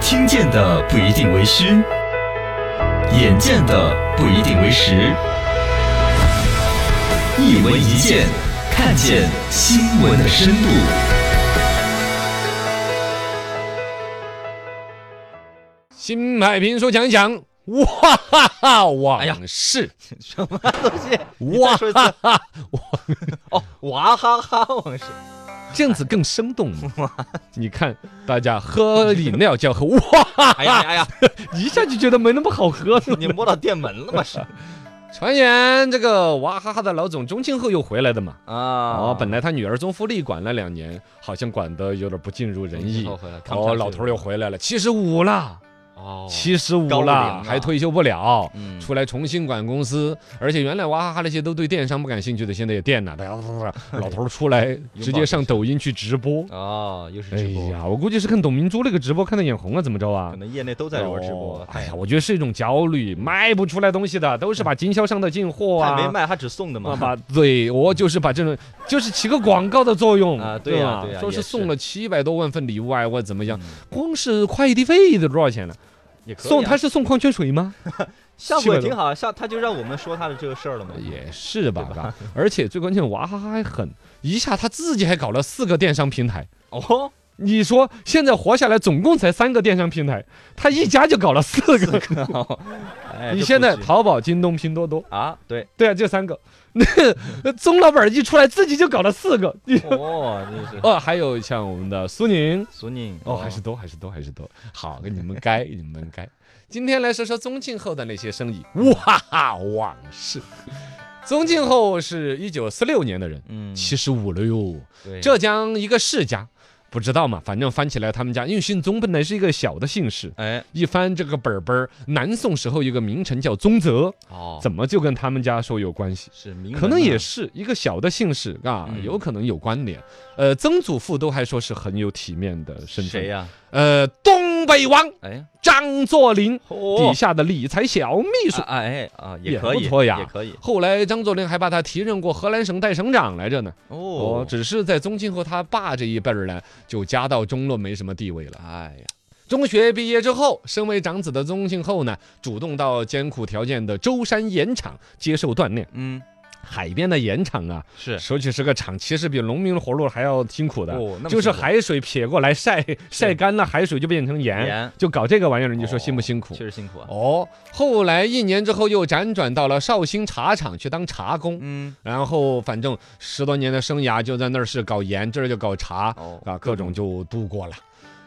听见的不一定为虚，眼见的不一定为实。一闻一见，看见新闻的深度。新海评说讲一讲，哇哈哈往事，哎什么东西？哇说一哈哈，哦，娃哈哈 往事，这样子更生动嘛。你看大家喝饮料叫喝，哇哈哎呀哈，哎呀，一下就觉得没那么好喝了。你摸到店门了吗？是传言这个娃哈哈的老总宗庆后又回来的嘛。啊，哦，本来他女儿宗馥莉管了两年，好像管得有点不尽如人意后。悔了，看不下哦，去老头儿又回来了，七十五了，哦，七十五高龄啊了，了还退休不了。嗯，出来重新管公司，而且原来娃哈哈那些都对电商不感兴趣的，现在也电了。哒哒 哒哒老头儿出来直接上抖音去直播。哦，又是哎直播，呀，我估计是看董明珠那个直播看的眼红啊，怎么着啊可？能业内都在玩直播啊哦。哎呀，我觉得是一种焦虑，卖不出来东西的，都是把经销商的进货他啊，没卖，他只送的啊嘛。把对我就是把这种，就是起个广告的作用啊对对呀吧对呀说是也是送了七百多万份礼物啊，或者怎么样嗯，光是快递费都多少钱呢？也可以啊送他是送矿泉水吗？效果也700多挺好，效他就让我们说他的这个事儿了嘛。也是吧，嘎而且最关键，娃哈哈还狠，一下他自己还搞了四个电商平台。哦，你说现在活下来总共才三个电商平台，他一家就搞了四个。 哎你这现在布局淘宝、京东、拼多多，啊，对，对啊，就三个。 那宗老板一出来，自己就搞了四个。你 哦，真是哦，还有像我们的苏宁，苏宁哦，还是多，还是多，还是多。好，你们 该，你们该。今天来说说宗庆后的那些生意，哇哈往事。宗庆后是一九四六年的人，嗯，七十五了哟。对浙江一个世家，不知道嘛，反正翻起来他们家，因为姓宗本来是一个小的姓氏。哎一翻这个本儿本儿，南宋时候一个名臣叫宗泽，哦，怎么就跟他们家说有关系？是名人啊可能也是一个小的姓氏啊，嗯有可能有关联。呃，曾祖父都还说是很有体面的身份。谁呀？呃，东北王哎呀，张作霖哦底下的理财小秘书啊，哎啊，也也可不以，错呀也可以后来张作霖还把他提任过河南省代省长来着呢。哦哦，，只是在宗庆和他爸这一辈儿呢，就家道中落，没什么地位了。哎呀，中学毕业之后，身为长子的宗庆后呢，主动到艰苦条件的舟山盐场接受锻炼。嗯，海边的盐场啊，是说起是个厂，其实比农民活路还要辛苦的，哦那么就是辛苦海水撇过来晒晒干了，海水就变成盐，盐就搞这个玩意儿，你说辛不哦辛苦？确实辛苦啊。哦，后来一年之后又辗转到了绍兴茶厂去当茶工，嗯，然后反正十多年的生涯就在那儿是搞盐，这儿就搞茶，哦，啊，各种就度过了。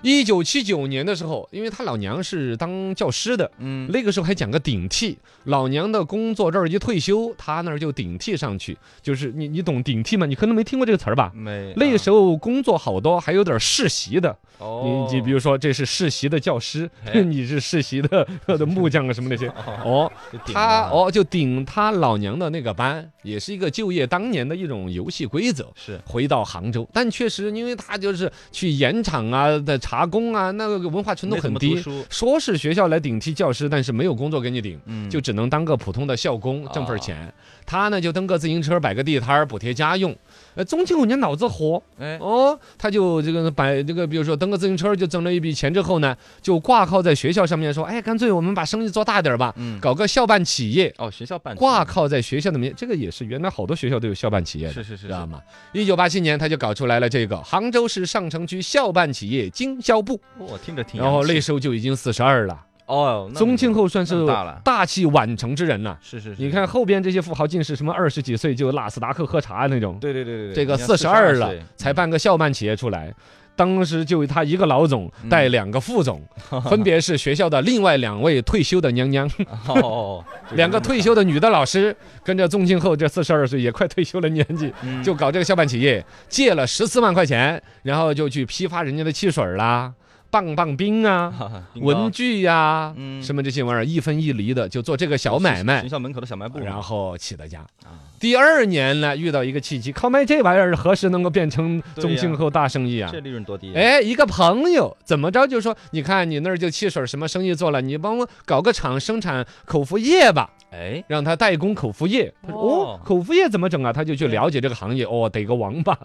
一九七九年的时候，因为他老娘是当教师的，嗯，那个时候还讲个顶替，老娘的工作这儿一退休，他那儿就顶替上去，就是你你懂顶替吗？你可能没听过这个词儿吧？没啊那个时候，候工作好多，还有点世袭的，哦你，你比如说这是世袭的教师，哎你是世袭的的木匠啊什么 那些，哦，就顶他了哦就顶他老娘的那个班，也是一个就业当年的一种游戏规则。是回到杭州，但确实因为他就是去盐场啊的茶工啊，那个文化程度没怎很么读低，书说是学校来顶替教师，但是没有工作给你顶。嗯，就只能当个普通的校工挣份哦钱，他呢就蹬个自行车摆个地摊儿补贴家用。呃，宗庆五年脑子活，哎，哦，他就这个摆这个，比如说蹬个自行车就挣了一笔钱之后呢，就挂靠在学校上面说，哎，干脆我们把生意做大点儿吧，嗯，搞个校办企业，哦，学校办挂出靠在学校的名，这个也是原来好多学校都有校办企业来的，是是是知道是，吗？一九八七年他就搞出来了这个杭州市上城区校办企业经销部，我哦听着挺洋气，然后那时候就已经四十二了，哦，那宗庆后算那是大了，大器晚成之人了。是是是，你看，后边这些富豪进士，什么二十几岁就纳斯达克喝茶那种，对对对对对，这个你看四十二42了岁才办个校办企业出来。当时就他一个老总嗯带两个副 总，分别是学校的另外两位退休的娘娘，哦哦，哦两个退，休的女的老师，跟着宗庆后这四十二岁也快退休了年纪，嗯就搞这个校办企业，借了十四万块钱，然后就去批发人家的汽水儿啦、棒棒冰啊、文文具呀、嗯什么这些玩意儿，一分一厘的就做这个小买卖学，校门口的小卖部嘛，然后起的家啊。第二年呢，遇到一个契机，靠卖这玩意儿何时能够变成对宗呀庆后大生意啊这？利润多低？，哎，一个朋友怎么着就说，你看你那儿就汽水什么生意做了，你帮我搞个厂生产口服液吧，哎，让他代工口服液。他说哦哦，，口服液怎么整啊？他就去了解这个行业，哦，逮个王八，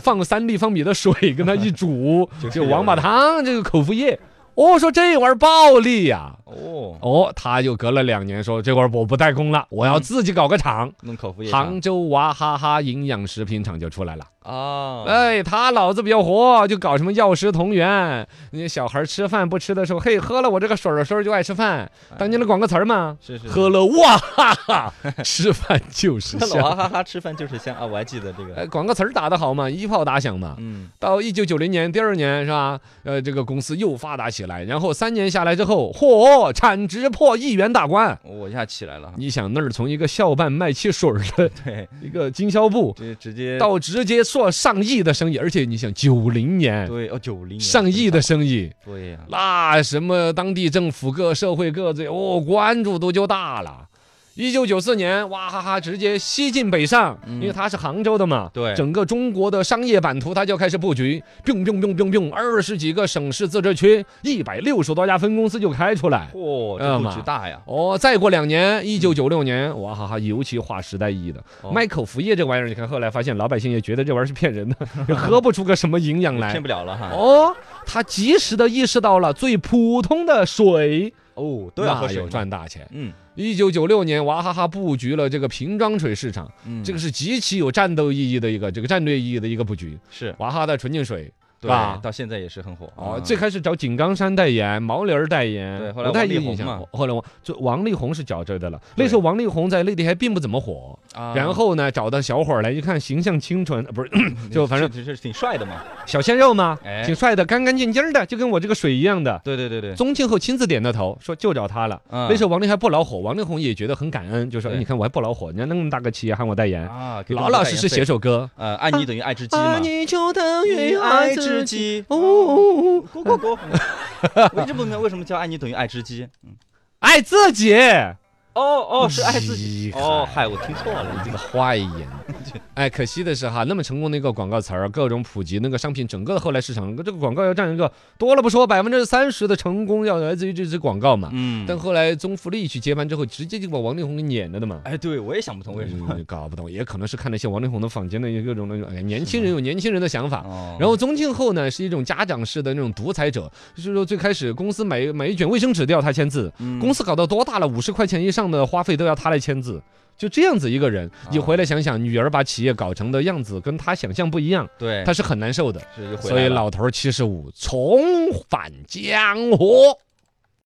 放三立方米的水跟他一煮就是就王八汤这个口服液。我说这玩意儿暴利呀、哦，哦，他又隔了两年说这会儿我不代工了，我要自己搞个厂。弄口服液杭州娃哈哈营养食品厂就出来了。啊，哎，他脑子比较活，就搞什么药食同源。你小孩吃饭不吃的时候，嘿，喝了我这个水儿的时候就爱吃饭。当年的广告词儿嘛，是是喝了哇哈哈，吃饭就是 喝了香。娃哈哈，吃饭就是香啊！我还记得这哎，个，广告词儿打得好嘛，一炮打响嘛。嗯，到一九九零年第二年是吧？呃，这个公司又发达起来，然后三年下来之后，嚯，产值破亿元大关。我一下起来了，你想那儿从一个校办卖汽水儿的对，一个经销部，这直接到直接做上亿的生意，而且你想九零年对哦，九零上亿的，生意，对呀，那什么当地政府各社会各界哦关注度就大了。一九九四年，哇哈哈直接西进北上，嗯因为他是杭州的嘛，对整个中国的商业版图他就开始布局，biu biu biu biu biu，二十几个省市自治区，一百六十多家分公司就开出来。嚯，这嗯布嘛局大呀，哦，再过两年，一九九六年，哇哈哈，尤其划时代意义的，哦卖口服液这玩意儿，你看后来发现老百姓也觉得这玩意儿是骗人的， 也喝不出个什么营养来哎骗。不了了哈。哦，他及时的意识到了最普通的水哦，都要喝那水有嘛，赚大钱。嗯一九九六年，娃哈哈布局了这个瓶装水市场，嗯，这个是极其有战斗意义的一个这个战略意义的一个布局。是娃哈哈的纯净水，对，吧到现在也是很火哦，嗯最开始找井冈山代言，毛驴儿代言，对后来我太王力有宏印象嘛了。后来王就王力宏是搅这的了。那对时候王力宏在内地还并不怎么火，啊然后呢找到小伙儿来一看，形象清纯， 呃不是就反正这这挺帅的嘛，小鲜肉嘛，哎挺帅的，干干净净儿的，就跟我这个水一样的。对对对对，宗庆后亲自点的头，说就找他了。嗯那时候王力还不老火，王力宏也觉得很感恩，就说：“哎对你看我还不老火，人家那么大个企业喊我代言，啊，给中老国老代实言实费写，首歌。啊呃，爱你等于爱之己嘛，你就等于爱自己。 己哦哦，哦咕咕咕！ 我一直不明白为什么叫爱你等于爱之鸡。爱自己。哦哦，是爱 自己。厉害哦，嗨，我听错了，这个坏人。 哎，可惜的是哈，那么成功的一个广告词儿，各种普及那个商品，整个后来市场这个广告要占一个多了不说，百分之三十的成功要来自于这支广告嘛。嗯但后来宗馥莉去接班之后，直接就把王力宏给撵了的嘛。哎，对我也想不 通为什么。嗯搞不懂，也可能是看了一些王力宏的坊间的一个各种那种，哎，年轻人有年轻人的想法。哦然后宗庆后呢，是一种家长式的那种独裁者，就是说最开始公司买买一卷卫生纸都要他签字，嗯公司搞到多大了，五十块钱以上的花费都要他来签字，就这样子一个人。你啊回来想想，女儿把企业搞成的样子跟他想象不一样，对，他是很难受的。是又回所以来了。老头儿七十五重返江湖，